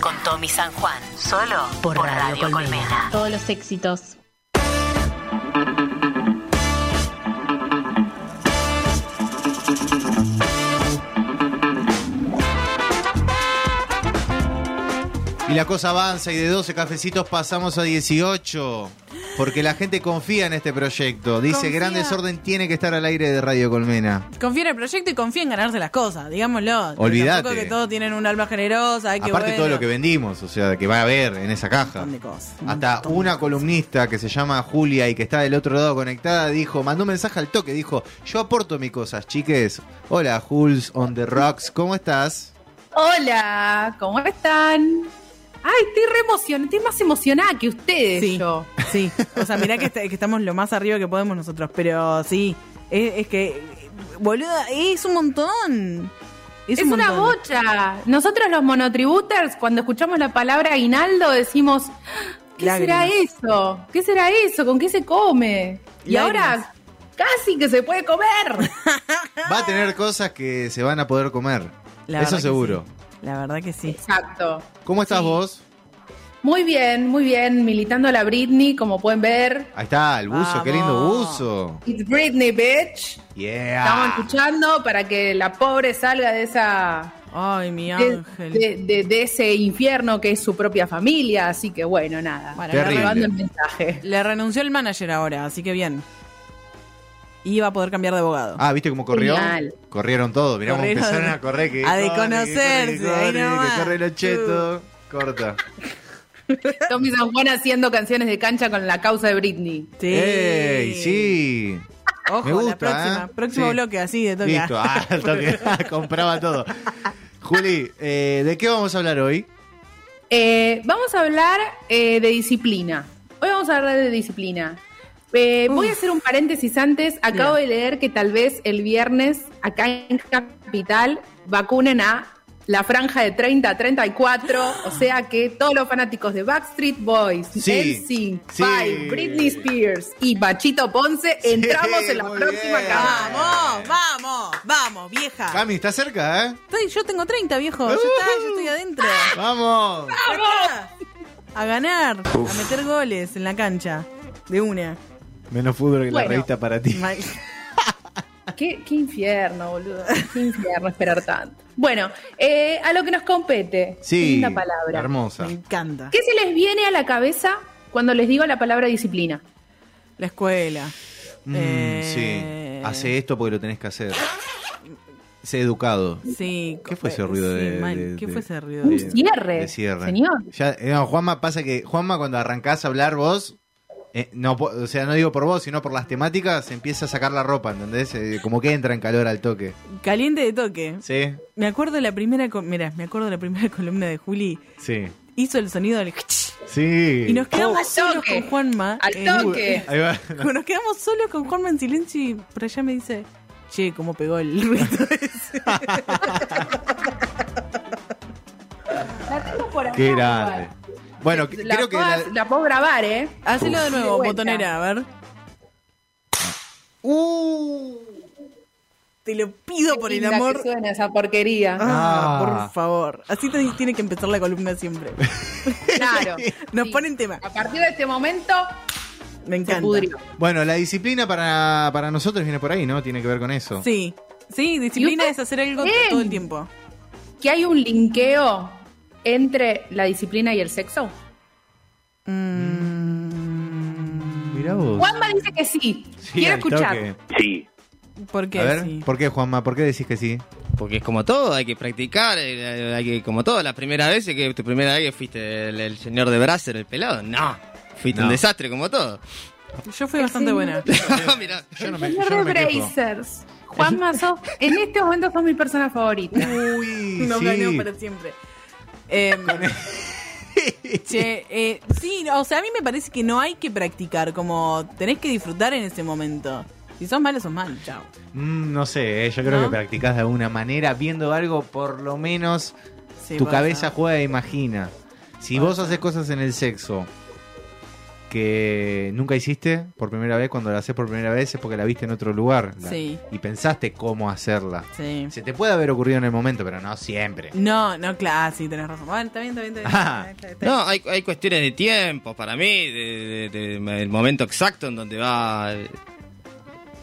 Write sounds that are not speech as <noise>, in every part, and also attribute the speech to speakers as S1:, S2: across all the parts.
S1: con Tommy San Juan, solo por, por Radio, Radio Colmena. Colmena.
S2: Todos los éxitos.
S3: Y la cosa avanza y de 12 cafecitos pasamos a 18. Porque la gente confía en este proyecto. Dice,
S4: Confía.
S3: Gran Desorden tiene que estar al aire de Radio Colmena.
S4: Confía en el proyecto y confía en ganarse las cosas, digámoslo.
S3: Olvídate.
S4: Tampoco que todos tienen un alma generosa. Que
S3: Aparte
S4: bueno.
S3: todo lo que vendimos, o sea, que va a haber en esa caja.
S4: Un montón de cosas, un
S3: Hasta
S4: montón de
S3: una
S4: cosas.
S3: columnista que se llama Julia y que está del otro lado conectada dijo, mandó un mensaje al toque, dijo, yo aporto mis cosas, chiques. Hola, Jules on the Rocks, ¿cómo estás?
S5: Hola, ¿cómo están? Ay, estoy re emocionada, estoy más emocionada que ustedes
S4: Sí.
S5: yo.
S4: Sí, o sea, mirá que,
S3: <laughs>
S4: est- que estamos lo más arriba que podemos nosotros, pero sí, es, es que, boluda, es un montón.
S5: Es,
S4: Es, un
S5: una
S4: montón.
S5: bocha. Nosotros los monotributers, cuando escuchamos la palabra aguinaldo, decimos, ¿qué será
S4: Lágrimas.
S5: eso? ¿Qué será eso? ¿Con qué se come? Y
S4: Lágrimas.
S5: ahora casi que se
S4: <laughs>
S5: puede comer.
S3: Va a tener cosas que se van a poder comer.
S4: Ah. La verdad
S3: Eso
S4: que
S3: seguro.
S4: sí. La verdad que sí.
S5: Exacto.
S3: ¿Cómo estás vos?
S5: Muy bien, muy bien, militando a la Britney, como pueden ver.
S3: Ahí está, el buzo, qué lindo
S4: Vamos.
S3: buzo.
S5: It's Britney, bitch. Estamos
S4: Ah.
S3: Yeah.
S5: escuchando para que la pobre salga de esa
S4: Ay, mi
S5: de,
S4: ángel.
S5: de- de- de ese infierno que es su propia familia, así que bueno, nada.
S4: Bueno,
S3: Terrible.
S4: le,
S5: Llevando el mensaje.
S4: le renunció el manager ahora, así que bien. Y va a poder cambiar de abogado.
S3: Ah, ¿viste cómo corrió?
S5: Genial.
S3: Corrieron todos, mirá cómo
S4: Corrieron.
S3: empezaron a correr. Que
S4: A
S3: corre, que
S4: desconocerse,
S3: corre, que
S4: ahí
S3: corre, que
S4: nomás. Uh.
S3: corre el cheto. Corta.
S5: Tommy San Juan haciendo canciones de cancha con la causa de Britney.
S4: Sí.
S3: ¡Ey! Sí.
S4: Ojo,
S3: Me gusta,
S4: la próxima.
S3: ¿eh?
S4: Próximo
S3: Sí.
S4: bloque, así de toque.
S3: Listo, ah, al toque.
S4: <laughs>
S3: <laughs> compraba todo. Juli, eh, ¿de qué vamos a hablar hoy?
S5: Eh, vamos a hablar eh, de disciplina. Hoy vamos a hablar de disciplina. Eh, voy a hacer un paréntesis antes. Acabo de leer que tal vez el viernes acá en Capital vacunen a la franja de 30 a 34. O sea que todos los fanáticos de Backstreet Boys,
S3: Sí,
S5: NSYNC,
S3: sí.
S5: Five, Britney Spears y Bachito Ponce entramos en la
S3: muy
S5: próxima
S3: bien.
S5: cama.
S4: Vamos, vamos, vamos, vieja.
S3: Cami, ¿estás cerca, eh?
S4: Estoy- yo tengo 30, viejo. Yo, está- yo estoy adentro.
S3: ¡Ah! ¡Vamos!
S4: A ganar, a meter goles en la cancha. De una.
S3: Menos fútbol que la
S5: Bueno.
S3: revista para ti.
S4: Ma-
S5: Qué, qué infierno, boludo. Qué infierno esperar tanto. Bueno, eh, a lo que nos compete.
S3: Sí,
S5: Linda palabra.
S3: hermosa.
S4: Me encanta.
S5: ¿Qué se les viene a la cabeza cuando les digo la palabra disciplina?
S4: La escuela.
S3: Mm,
S4: Eh,
S3: Sí, hace esto porque lo tenés que hacer. Sé educado.
S4: Sí.
S3: ¿Qué fue ese ruido
S4: sí,
S3: de-
S4: mal.
S3: de-
S4: ¿Qué
S3: de-
S4: fue ese ruido?
S5: Un
S3: de-
S5: cierre,
S3: de cierre.
S5: señor.
S3: Ya, eh, no, Juanma, pasa que Juanma cuando arrancás a hablar vos, eh, no, po- o sea, no digo por vos, sino por las temáticas, empieza a sacar la ropa, ¿entendés? Eh, como que entra en calor al toque.
S4: Caliente de toque.
S3: Sí,
S4: Me acuerdo la primera. co- Mirá, me acuerdo la primera columna de Juli.
S3: sí,
S4: Hizo el sonido del.
S3: sí.
S4: Y nos quedamos
S5: Al
S4: solos
S5: toque.
S4: con Juanma.
S5: Al
S4: en-
S5: toque.
S3: Uh,
S4: <laughs>
S3: Ahí va. <laughs>
S4: Nos quedamos solos con Juanma en silencio y por allá me dice, che, cómo pegó el ruido ese.
S5: La tengo por acá,
S3: Qué grande.
S5: igual.
S3: Bueno, que-
S5: La,
S3: creo que
S5: puedo,
S3: la-
S5: la puedo grabar, ¿eh?
S4: Hacelo de nuevo,
S5: De vuelta.
S4: botonera, a ver.
S3: ¡Uh!
S4: Te lo pido por el
S5: Linda que
S4: amor.
S5: suena esa
S4: <laughs>
S5: porquería.
S4: Ah,
S3: Ah.
S4: por favor. Así te- tiene que empezar la columna <laughs> siempre.
S5: Claro.
S4: Nos
S5: Sí.
S4: ponen tema.
S5: A partir de este momento
S4: Me
S5: se
S4: encanta.
S5: pudrió.
S3: Bueno, la disciplina para, para nosotros viene por ahí, ¿no? Tiene que ver con eso.
S4: Sí. Sí, disciplina
S5: Y
S4: es hacer algo
S5: bien.
S4: todo el tiempo.
S5: ¿Que hay un linkeo entre la disciplina y el sexo?
S4: Mm.
S3: Mm, Mirá vos.
S5: Juanma dice que sí.
S3: Sí,
S5: Quiero
S3: al
S5: escuchar.
S3: toque.
S6: Sí,
S4: ¿Por qué?
S3: A ver,
S4: Sí.
S3: ¿por qué, Juanma? ¿Por qué decís que sí?
S7: Porque es como todo, hay que practicar, eh, hay que, como todo, la primera vez es que tu primera vez que fuiste el, el señor de Brasser, el pelado, no, fuiste
S3: No.
S7: un desastre como
S3: <laughs>
S7: todo.
S4: Yo fui bastante buena.
S7: Mirá.
S3: Yo no
S5: Señor de Brazers, Juanma, sos- en este momento sos mi persona favorita.
S4: <laughs>
S3: Uy,
S4: Nos
S3: sí.
S4: ganó para siempre. Em, <laughs> che, eh, sí, o sea, a mí me parece que no hay que practicar, como tenés que disfrutar en ese momento. Si sos malo, sos malo, chao.
S3: Mm, no sé, eh, yo creo
S4: ¿No?
S3: que practicás de alguna manera, viendo algo, por lo menos
S4: Sí,
S3: tu
S4: pasa.
S3: cabeza juega e imagina. Si vos haces cosas en el sexo que nunca hiciste por primera vez, cuando la haces por primera vez es porque la viste en otro lugar. la-
S4: Sí.
S3: Y pensaste cómo hacerla.
S4: Sí.
S3: Se te puede haber ocurrido en el momento, pero no siempre.
S4: No, no, claro, ah, sí, tenés razón. Bueno, está bien, está bien, está bien.
S3: <laughs> Ah.
S4: Está bien, está bien.
S7: No, hay, hay cuestiones de tiempo para mí, de, de- de- de- el momento exacto en donde va el, el-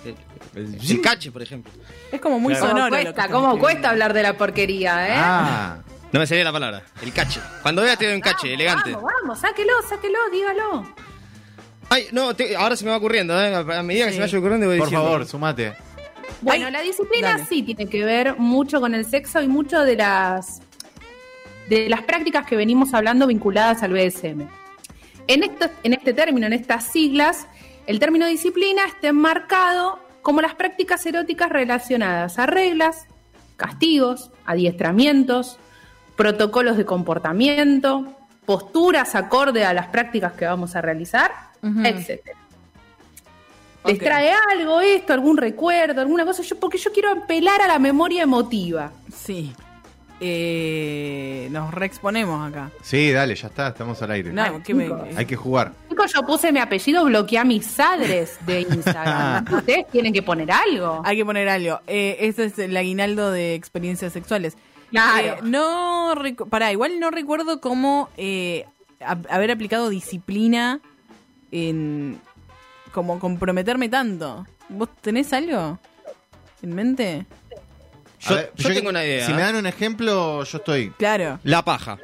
S3: Eh,
S7: el- el cache, por ejemplo.
S4: Es como muy
S3: Claro.
S5: ¿Cómo
S4: sonoro. lo que
S5: cuesta,
S4: estás
S5: cómo
S4: describiendo.
S5: cuesta hablar de la porquería, eh?
S3: Ah,
S7: No me salía la palabra, el cache. Cuando veas te doy un cache, elegante.
S5: Vamos, vamos, sáquelo, sáquelo, dígalo.
S7: Ay, no, te- ahora se me va ocurriendo, ¿eh? a a medida que
S4: Sí.
S7: se me vaya ocurriendo voy
S3: por
S7: diciendo.
S3: favor, sumate.
S5: Bueno,
S4: Ay,
S5: la disciplina
S4: dale.
S5: sí tiene que ver mucho con el sexo y mucho de las de las prácticas que venimos hablando vinculadas al BSM. En, esto- en este término, en estas siglas, el término disciplina está enmarcado como las prácticas eróticas relacionadas a reglas, castigos, adiestramientos, protocolos de comportamiento, posturas acorde a las prácticas que vamos a realizar,
S4: Ujú.
S5: etcétera. Les
S4: Ok.
S5: trae algo esto, algún recuerdo, alguna cosa, yo, porque yo quiero apelar a la memoria emotiva.
S4: Sí. Eh, nos reexponemos acá.
S3: Sí, dale, ya está, estamos al aire.
S4: No, que me-
S3: Hay que jugar.
S5: Chicos, yo puse mi apellido, bloqueé a mis adres de Instagram.
S3: <laughs>
S5: Ustedes tienen que poner algo.
S3: Ah,
S4: Hay que poner algo. Eh, este es el aguinaldo de experiencias sexuales.
S5: Claro.
S4: Eh, no recu- pará, igual no recuerdo cómo eh, a- haber aplicado disciplina en como comprometerme tanto. ¿Vos tenés algo en mente?
S3: A
S7: Yo-
S3: ver,
S7: yo tengo una idea. ¿eh?
S3: Si me dan un ejemplo, yo estoy.
S4: Claro.
S7: La paja.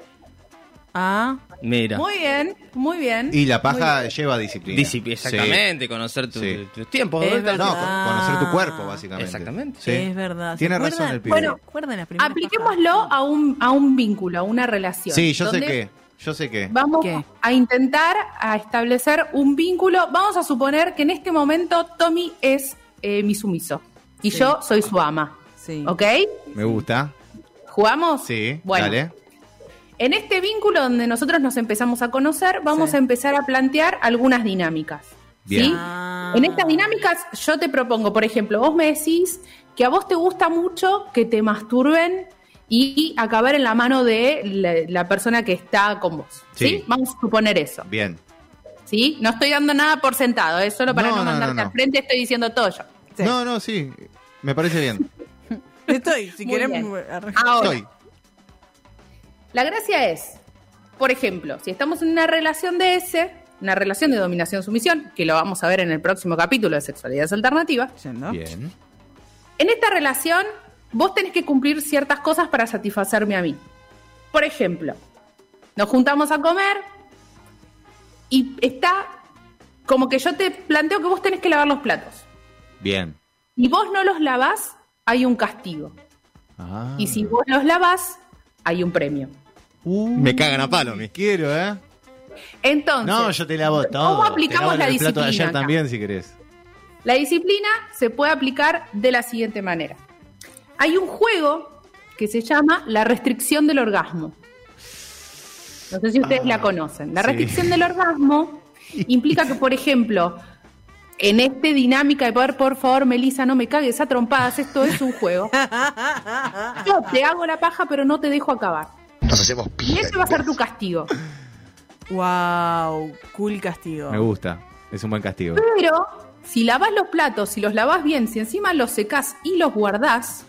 S4: Ah,
S7: Mira.
S5: Muy bien, muy bien.
S3: Y la paja lleva disciplina.
S7: Disciplina, exactamente, conocer tu-
S3: Sí.
S7: tus tiempos.
S4: Es
S7: ¿verdad?
S4: verdad.
S3: No, con- conocer tu cuerpo, básicamente.
S7: Exactamente.
S3: Sí.
S4: es verdad.
S3: Tiene
S4: ¿Se
S3: razón
S4: acuerdan?
S3: el pibe.
S4: Bueno, ¿recuerdan las primeras
S5: Apliquémoslo a un, a un vínculo, a una relación.
S3: Sí, yo sé
S5: donde
S3: qué. Yo sé qué.
S5: Vamos
S4: ¿Qué?
S5: a intentar a establecer un vínculo. Vamos a suponer que en este momento Tommy es eh, mi sumiso y
S4: Sí.
S5: yo soy su ama.
S4: pajas? Sí.
S5: ¿Ok?
S3: Me gusta.
S5: ¿Jugamos?
S3: Sí,
S5: Bueno,
S3: dale.
S5: En este vínculo donde nosotros nos empezamos a conocer, vamos
S4: Sí.
S5: a empezar a plantear algunas dinámicas.
S3: Bien.
S5: ¿sí?
S4: Ah.
S5: En estas dinámicas yo te propongo, por ejemplo, vos me decís que a vos te gusta mucho que te masturben y acabar en la mano de la, la persona que está con vos. ¿sí?
S3: Sí.
S5: Vamos a suponer eso.
S3: Bien.
S5: ¿sí? No estoy dando nada por sentado, es solo para
S3: No,
S5: no,
S3: no, no,
S5: mandarte
S3: no.
S5: al frente, estoy diciendo todo yo.
S4: Sí.
S3: No, no, sí. Me parece bien.
S4: Estoy, si
S5: Muy
S4: queremos.
S5: bien.
S4: arran-
S5: Ahora,
S3: Estoy.
S5: La gracia es, por ejemplo, si estamos en una relación de ese, una relación de dominación-sumisión, que lo vamos a ver en el próximo capítulo de Sexualidades Alternativas,
S4: Yendo.
S3: Bien.
S5: en esta relación vos tenés que cumplir ciertas cosas para satisfacerme a mí. Por ejemplo, nos juntamos a comer y está como que yo te planteo que vos tenés que lavar los platos.
S3: Bien.
S5: Y vos no los lavás, hay un castigo.
S3: Ah.
S5: Y si vos los lavás, hay un premio.
S3: Uh,
S7: Me cagan a palo a mí.
S3: Quiero, ¿eh?
S5: Entonces,
S3: No, yo te lavo todo.
S5: ¿cómo
S3: Te
S5: aplicamos
S3: lavo
S5: la
S3: el plato de
S5: disciplina
S3: ayer
S5: acá?
S3: también, si querés.
S5: La disciplina se puede aplicar de la siguiente manera. Hay un juego que se llama la restricción del orgasmo. No sé si ustedes la conocen. La
S3: Ah, sí.
S5: restricción del
S3: <laughs>
S5: orgasmo implica que, por ejemplo, en este dinámica de poder, por favor, Melissa, no me cagues a trompadas, esto es un
S3: <laughs>
S5: juego. Yo te hago la paja, pero no te dejo acabar.
S2: Nos hacemos
S5: Y
S2: pija.
S5: ese va a ser tu castigo.
S4: Wow, cool castigo.
S3: Me gusta. Es un buen castigo.
S5: Pero si lavas los platos, si los lavas bien, si encima los secás y los guardás,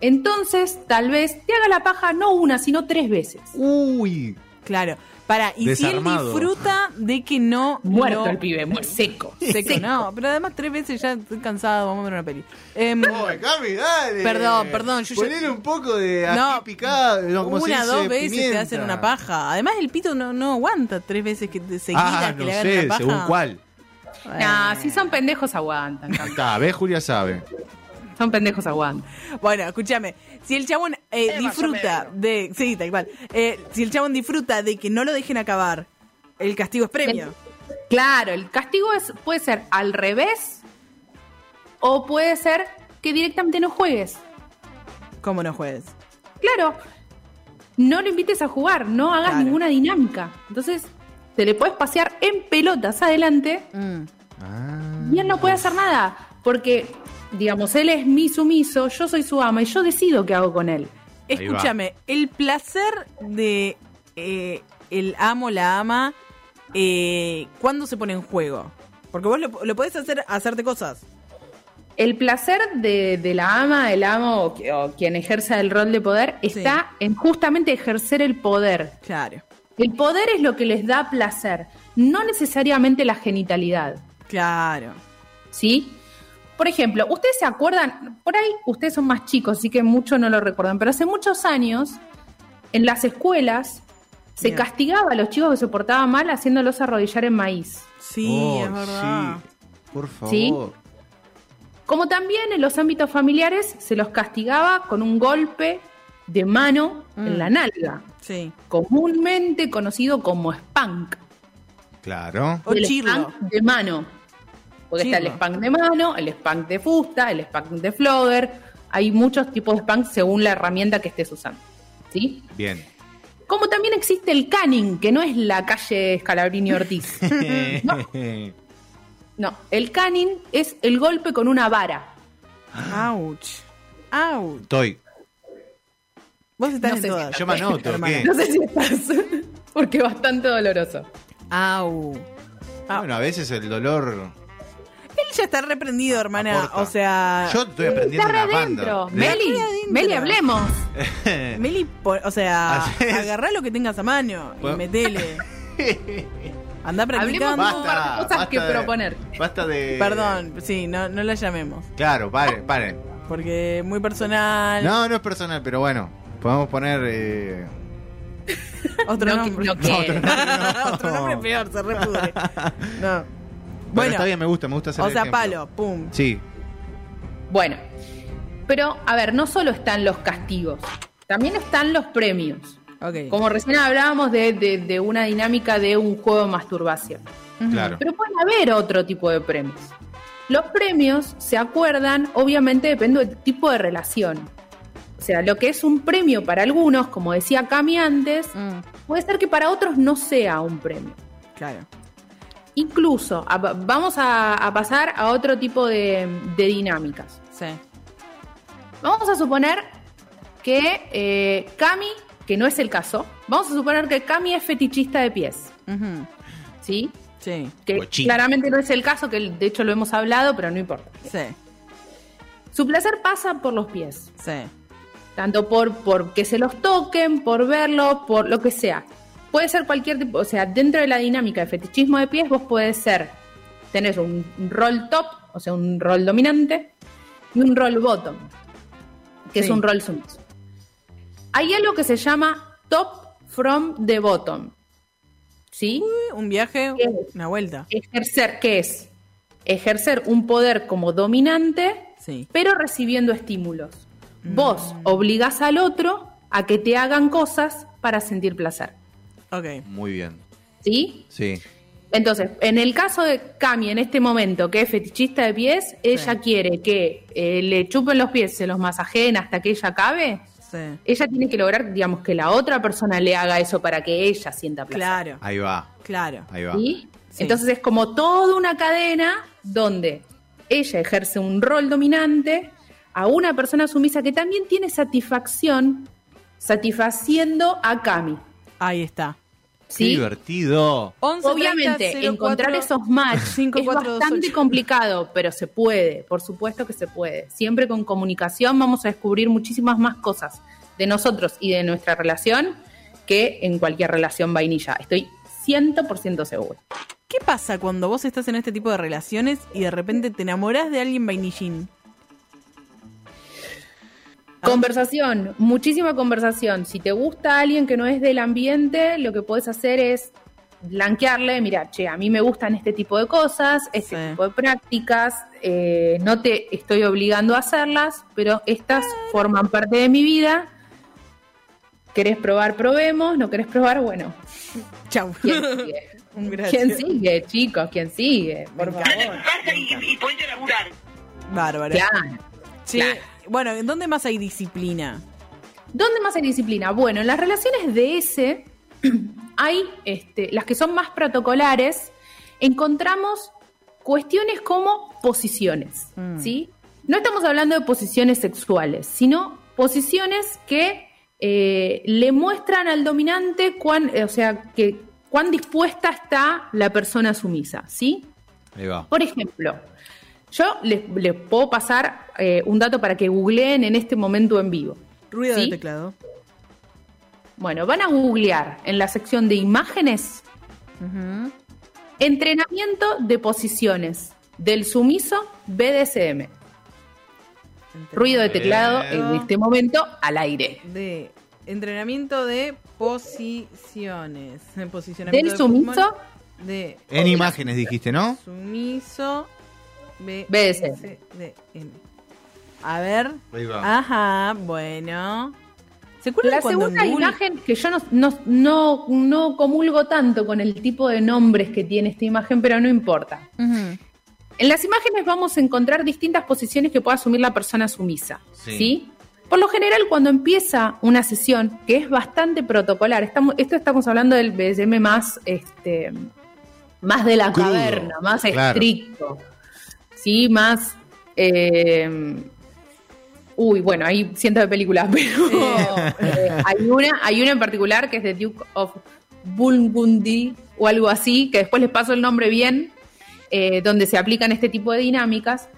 S5: entonces tal vez te haga la paja no una, sino tres veces.
S3: Uy.
S4: Claro. Para, y
S3: Desarmado.
S4: si él disfruta de que no.
S5: Muerto
S4: lo- <laughs>
S5: el pibe, mu- seco.
S4: Seco, no. Pero además tres veces ya estoy cansado, vamos a ver una peli. Em,
S3: Cami, dale.
S4: Perdón, perdón, yo- yo-
S3: Poner un poco de ají
S4: No,
S3: picado. No, como se
S4: una,
S3: dice,
S4: dos veces te
S3: pimienta.
S4: hacen una paja. Además el pito no, no aguanta tres veces que te- seguidas
S3: Ah,
S4: que
S3: no
S4: le hagan una
S3: sé,
S4: paja.
S3: según cuál.
S4: Bueno.
S5: Nah, si son pendejos aguantan.
S3: Ahí Está, ¿ves? Julia sabe.
S5: Son pendejos aguantan.
S4: Bueno, escúchame. Si el chabón eh, disfruta de. Sí, tal cual. Eh, si el chabón disfruta de que no lo dejen acabar, el castigo es premio.
S5: Claro, el castigo es, puede ser al revés o puede ser que directamente no juegues.
S4: ¿Cómo no juegues?
S5: Claro, no lo invites a jugar, no hagas
S4: Claro.
S5: ninguna dinámica. Entonces, te le puedes pasear en pelotas adelante
S3: Ah.
S5: Y él no puede hacer nada, porque, digamos, él es mi sumiso, yo soy su ama y yo decido qué hago con él.
S3: Ahí va.
S4: Escúchame, el placer de eh, el amo, la ama, eh, cuándo se pone en juego. Porque vos lo, lo podés hacer, hacerte cosas.
S5: El placer de, de la ama, el amo o, qui- o quien ejerza el rol de poder está en justamente ejercer el poder.
S4: Claro,
S5: El poder es lo que les da placer, no necesariamente la genitalidad.
S4: claro.
S5: ¿sí? Por ejemplo, ustedes se acuerdan, por ahí ustedes son más chicos, así que muchos no lo recuerdan, pero hace muchos años en las escuelas se
S4: Bien.
S5: castigaba a los chicos que se portaban mal haciéndolos arrodillar en maíz.
S4: Sí,
S3: Oh,
S4: es verdad.
S3: sí. Por favor.
S5: Sí. Como también en los ámbitos familiares se los castigaba con un golpe de mano
S4: Mm.
S5: en la nalga,
S4: Sí.
S5: comúnmente conocido como spank.
S3: Claro.
S4: O
S5: el
S4: chirlo.
S5: spank de mano. Porque está
S4: Chirlo.
S5: el spank de mano, el spank de fusta, el spank de flower. Hay muchos tipos de spank según la herramienta que estés usando. ¿Sí?
S3: Bien.
S5: Como también existe el canning, que no es la calle Scalabrini <laughs> Ortiz. <laughs> no, no, el canning es el golpe con una vara.
S4: Ouch. Ouch.
S3: Estoy.
S4: Vos estás
S5: No
S4: en
S5: sé
S4: todas.
S3: Yo me anoto,
S4: Hermana.
S3: ¿qué?
S5: No <laughs> sé si estás, porque es bastante doloroso.
S4: Au. Ah.
S3: Bueno, a veces el dolor.
S4: Él ya está reprendido, hermana.
S3: Ah, Aporta.
S4: O sea. eh,
S3: Yo estoy
S5: Está
S3: aprendiendo
S5: re
S3: una
S5: adentro.
S3: banda.
S5: Meli,
S4: Está re adentro.
S5: Meli, hablemos.
S3: <laughs>
S4: Meli, po- o sea,
S3: Así es.
S4: agarrá lo que tengas a mano y
S3: Bueno. <laughs>
S4: metele. Andá
S5: Hablemos
S4: practicando.
S5: un par de cosas que
S3: de-
S5: proponer.
S3: Basta de.
S4: Perdón, sí, no, no la llamemos.
S3: Claro, paren, paren.
S4: Porque muy personal.
S3: No, no es personal, pero bueno. Podemos poner. eh,
S4: Otro
S5: No, que-
S4: nombre.
S5: no, que-
S4: <laughs> Otro nombre peor, se
S3: <laughs>
S4: repudre. No.
S3: pero
S4: Bueno,
S3: está bien, me gusta, me gusta hacer
S4: o
S3: el
S4: sea,
S3: ejemplo.
S4: palo, pum.
S3: Sí.
S5: Bueno, pero a ver, no solo están los castigos, también están los premios.
S4: Ok.
S5: Como recién hablábamos de, de- de una dinámica de un juego de masturbación.
S3: Claro.
S5: Pero pueden haber otro tipo de premios. Los premios se acuerdan, obviamente depende del tipo de relación. O sea, lo que es un premio para algunos, como decía Cami antes,
S4: Mm,
S5: puede ser que para otros no sea un premio.
S4: claro.
S5: Incluso, a- vamos a, a pasar a otro tipo de- de dinámicas.
S4: Sí.
S5: Vamos a suponer que eh, Cami, que no es el caso, vamos a suponer que Cami es fetichista de pies,
S4: Ujú,
S5: ¿sí?
S4: Sí,
S5: Que
S3: Guachín.
S5: claramente no es el caso, que de hecho lo hemos hablado, pero no importa.
S4: sí,
S5: Su placer pasa por los pies,
S4: sí.
S5: tanto por, por que se los toquen, por verlos, por lo que sea. Puede ser cualquier tipo, o sea, dentro de la dinámica de fetichismo de pies, vos puedes ser, tenés un rol top, o sea, un rol dominante, y un rol bottom, que
S4: Sí.
S5: es un rol sumiso. Hay algo que se llama top from the bottom. ¿Sí?
S4: Un viaje,
S5: Sí.
S4: una vuelta.
S5: Ejercer, ¿qué es? Ejercer un poder como dominante,
S4: Sí.
S5: pero recibiendo estímulos. Vos obligás al otro a que te hagan cosas para sentir placer.
S4: Ok.
S3: Muy bien.
S5: ¿Sí?
S3: Sí.
S5: Entonces, en el caso de Cami, en este momento, que es fetichista de pies, ella quiere que eh, le chupen los pies, se los masajeen hasta que ella acabe.
S4: Sí.
S5: Ella tiene que lograr, digamos, que la otra persona le haga eso para que ella sienta placer.
S4: Claro,
S3: Ahí va,
S4: claro.
S3: ahí va.
S5: ¿Sí?
S4: Sí.
S5: Entonces es como toda una cadena donde ella ejerce un rol dominante a una persona sumisa que también tiene satisfacción satisfaciendo a Cami.
S4: Ahí está.
S3: Qué
S5: ¿sí?
S3: divertido.
S4: 11,
S5: Obviamente, encontrar esos match
S4: <laughs> cinco,
S5: es
S4: cuatro, dos,
S5: bastante
S4: ocho.
S5: complicado, pero se puede, por supuesto que se puede. Siempre con comunicación vamos a descubrir muchísimas más cosas de nosotros y de nuestra relación que en cualquier relación vainilla. Estoy 100% segura.
S4: ¿Qué pasa cuando vos estás en este tipo de relaciones y de repente te enamorás de alguien vainillín?
S5: Conversación, muchísima conversación. Si te gusta alguien que no es del ambiente, lo que puedes hacer es blanquearle, mira, che, a mí me gustan este tipo de cosas, este
S4: Sí.
S5: tipo de prácticas, eh, no te estoy obligando a hacerlas, pero estas forman parte de mi vida. ¿Querés probar? Probemos, no querés probar, bueno.
S4: Chau.
S5: ¿Quién
S4: <laughs>
S5: sigue?
S4: Un
S5: ¿Quién
S4: gracias.
S5: sigue, chicos? ¿Quién sigue? Por favor.
S2: Basta y, y ponete a laburar.
S4: Bárbaro.
S5: Claro.
S4: Che,
S5: claro.
S4: Bueno, ¿en dónde más hay disciplina?
S5: ¿Dónde más hay disciplina? Bueno, en las relaciones de ese <clears throat> hay este, las que son más protocolares, encontramos cuestiones como posiciones,
S4: Mm.
S5: ¿sí? No estamos hablando de posiciones sexuales, sino posiciones que eh, le muestran al dominante cuán, eh, o sea, que cuán dispuesta está la persona sumisa, ¿sí?
S3: Ahí va.
S5: Por ejemplo, yo les, les puedo pasar eh, un dato para que googleen en este momento en vivo.
S4: Ruido
S5: ¿sí?
S4: de teclado.
S5: Bueno, van a googlear en la sección de imágenes entrenamiento de posiciones del sumiso BDSM. Ruido de teclado en este momento al aire.
S4: De entrenamiento de posiciones. En Posicionamiento
S5: Del
S4: de
S5: sumiso
S4: pulmón, De
S3: En imágenes dijiste, ¿no?
S4: sumiso B
S5: BDSM.
S4: S D M. A ver.
S3: Ahí
S5: Ah.
S3: va.
S4: Ajá, bueno. ¿Se acuerdan
S5: La
S4: cuando
S5: segunda
S4: en Google-
S5: imagen que yo no, no, no, no comulgo tanto con el tipo de nombres que tiene esta imagen, pero no importa.
S4: Ujú.
S5: En las imágenes vamos a encontrar distintas posiciones que puede asumir la persona sumisa.
S3: Sí.
S5: Sí. Por lo general, cuando empieza una sesión, que es bastante protocolar, estamos, esto estamos hablando del BDSM más, este, más de la
S3: Crudo,
S5: caverna, más
S3: claro.
S5: estricto, sí, más. eh, uy, bueno, hay cientos de películas, <laughs> pero eh, hay una, hay una en particular que es de Duke of Burgundy o algo así, que después les paso el nombre bien, eh, donde se aplican este tipo de dinámicas.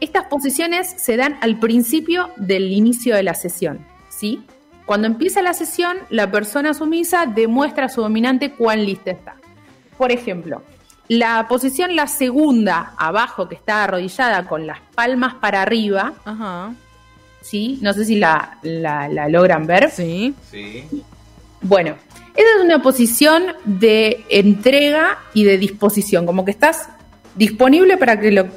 S5: Estas posiciones se dan al principio del inicio de la sesión, ¿sí? Cuando empieza la sesión, la persona sumisa demuestra a su dominante cuán lista está. Por ejemplo, la posición la segunda abajo que está arrodillada con las palmas para arriba,
S4: Ajá.
S5: ¿sí? No sé si la, la- la logran ver.
S4: Sí.
S3: Sí.
S5: Bueno, esa es una posición de entrega y de disposición, como que estás disponible para que, lo-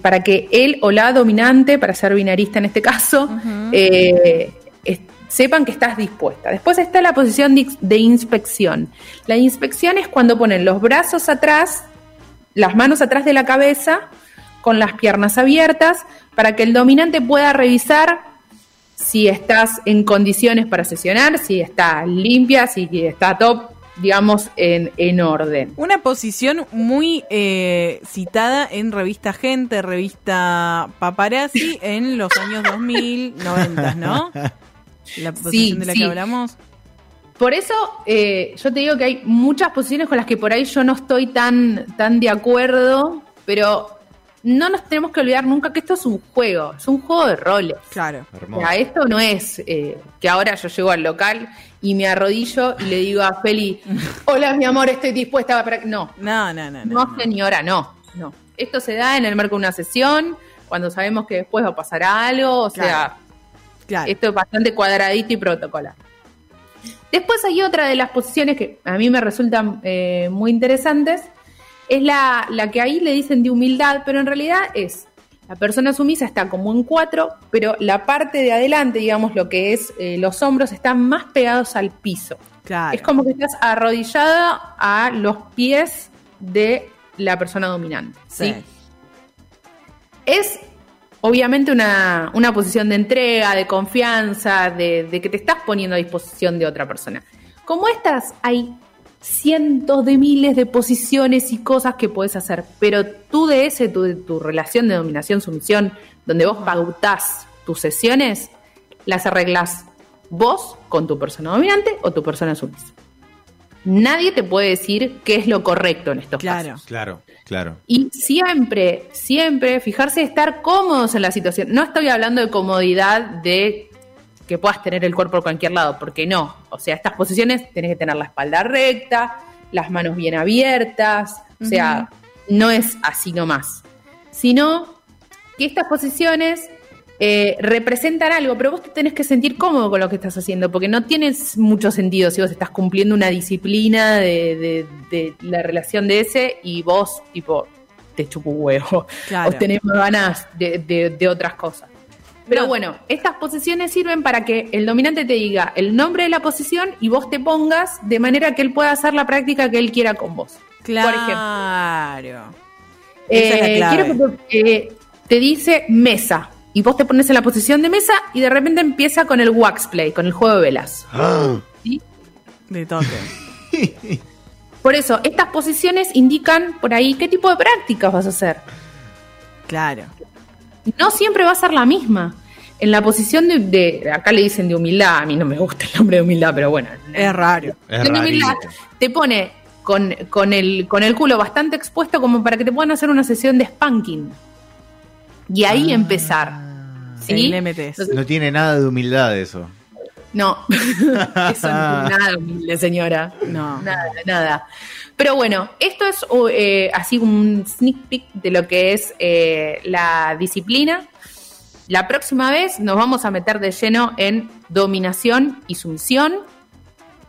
S5: para que él o la dominante, para ser binarista en este caso,
S4: Ujú.
S5: eh, es- sepan que estás dispuesta. Después está la posición de, ins- de inspección. La inspección es cuando ponen los brazos atrás, las manos atrás de la cabeza, con las piernas abiertas, para que el dominante pueda revisar si estás en condiciones para sesionar, si está limpia, si está top, digamos, en, en orden.
S4: Una posición muy eh, citada en revista Gente, revista
S5: <laughs>
S4: Paparazzi en los años 2000, 90, ¿no? La posición
S5: Sí,
S4: de la
S5: sí.
S4: que hablamos.
S5: Por eso eh, yo te digo que hay muchas posiciones con las que por ahí yo no estoy tan, tan de acuerdo, pero no nos tenemos que olvidar nunca que esto es un juego, es un juego de roles.
S4: Claro.
S5: O
S3: Hermoso.
S5: sea, esto no es eh, que ahora yo llego al local y me arrodillo y le digo a
S4: <laughs>
S5: Feli, hola mi amor, estoy dispuesta para... que-". No,
S4: No, no, no. no,
S5: No,
S4: no.
S5: señora, no, no. Esto se da en el marco de una sesión, cuando sabemos que después va a pasar algo, o
S4: Claro.
S5: sea,
S4: Claro.
S5: esto es bastante cuadradito y protocolar. Después hay otra de las posiciones que a mí me resultan eh, muy interesantes, es la, la que ahí le dicen de humildad, pero en realidad es, la persona sumisa está como en cuatro, pero la parte de adelante, digamos lo que es eh, los hombros, están más pegados al piso.
S4: claro.
S5: Es como que estás arrodillada a los pies de la persona dominante. ¿sí?
S4: Sí.
S5: Es obviamente una, una posición de entrega, de confianza, de, de que te estás poniendo a disposición de otra persona. Como estas, hay cientos de miles de posiciones y cosas que puedes hacer, pero tú de ese, tu, tu relación de dominación-sumisión, donde vos pautás tus sesiones, las arreglas vos con tu persona dominante o tu persona sumisa. Nadie te puede decir qué es lo correcto en estos casos.
S4: Claro.
S3: Claro, claro.
S5: Y siempre, siempre fijarse de estar cómodos en la situación. No estoy hablando de comodidad de que puedas tener el cuerpo en cualquier lado, porque no. O sea, estas posiciones tenés que tener la espalda recta, las manos bien abiertas, o sea, no es así nomás. Sino que estas posiciones eh, representan algo, pero vos te tenés que sentir cómodo con lo que estás haciendo, porque no tienes mucho sentido si vos estás cumpliendo una disciplina de, de- de la relación de ese y vos, tipo, te chupo un huevo. <laughs>
S4: Claro.
S5: O tenés más ganas de, de- de otras cosas. Pero
S4: No.
S5: bueno, estas posiciones sirven para que el dominante te diga el nombre de la posición y vos te pongas de manera que él pueda hacer la práctica que él quiera con vos.
S4: Claro. Esa es la
S5: Eh,
S4: clave.
S5: quiero que te, eh, te dice mesa. Y vos te pones en la posición de mesa y de repente empieza con el wax play, con el juego de velas.
S4: De toque.
S5: Por eso, estas posiciones indican por ahí qué tipo de prácticas vas a hacer.
S4: Claro.
S5: No siempre va a ser la misma. En la posición de, de- acá le dicen de humildad, a mí no me gusta el nombre de humildad, pero bueno.
S4: Es raro.
S3: Es
S5: De humildad,
S3: rarito.
S5: te pone con, con el, con el culo bastante expuesto como para que te puedan hacer una sesión de spanking. Y ahí empezar. ¿Sí?
S4: El MTS.
S5: Entonces-
S3: No tiene nada de humildad eso.
S5: No, eso no es nada humilde, señora.
S4: No.
S5: Nada, nada. Pero bueno, esto es uh, eh, así un sneak peek de lo que es eh, la disciplina. La próxima vez nos vamos a meter de lleno en dominación y sumisión.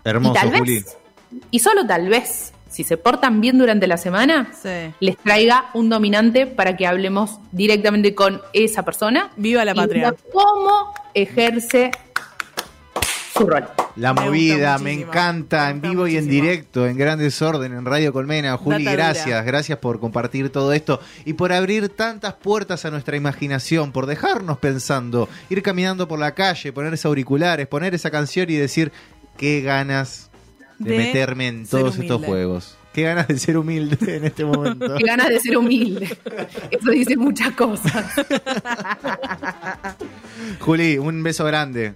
S5: Y
S3: Hermoso,
S5: tal
S3: Juli.
S5: vez, y solo tal vez, si se portan bien durante la semana,
S4: Sí.
S5: les traiga un dominante para que hablemos directamente con esa persona.
S4: Viva la
S5: y
S4: patria.
S5: vea ¿Cómo ejerce su rol?
S4: Me
S3: La
S4: gusta
S3: movida, me
S4: muchísimo.
S3: encanta,
S4: Me
S3: en
S4: gusta
S3: vivo y en
S4: muchísimo.
S3: directo, en gran desorden, en Radio Colmena. Juli,
S4: Data
S3: gracias,
S4: dura.
S3: gracias por compartir todo esto y por abrir tantas puertas a nuestra imaginación, por dejarnos pensando, ir caminando por la calle, ponerse auriculares, poner esa canción y decir, qué ganas de,
S4: De
S3: meterme en
S4: ser
S3: todos estos
S4: humilde.
S3: juegos. Qué ganas de ser humilde en este momento.
S4: <laughs>
S5: Qué ganas de ser humilde. Eso dice muchas cosas.
S3: Juli, un beso grande.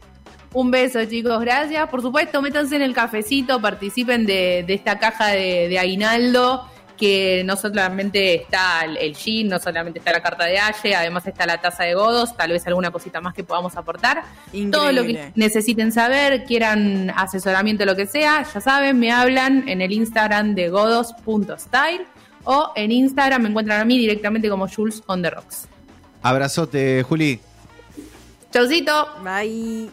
S5: Un beso, chicos. Gracias. Por supuesto, métanse en el cafecito, participen de, de esta caja de, de aguinaldo, que no solamente está el, el gin, no solamente está la carta de Aye, además está la taza de godos, tal vez alguna cosita más que podamos aportar.
S4: Increíble.
S5: Todo lo que necesiten saber, quieran asesoramiento, lo que sea, ya saben, me hablan en el Instagram de godos.style o en Instagram me encuentran a mí directamente como Jules on the Rocks.
S3: Abrazote, Juli.
S5: Chaucito.
S4: Bye.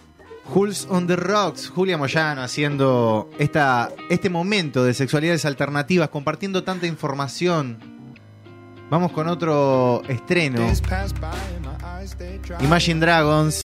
S3: Jules on the Rocks, Julia Moyano haciendo esta, este momento de sexualidades alternativas, compartiendo tanta información. Vamos con otro estreno. Imagine Dragons.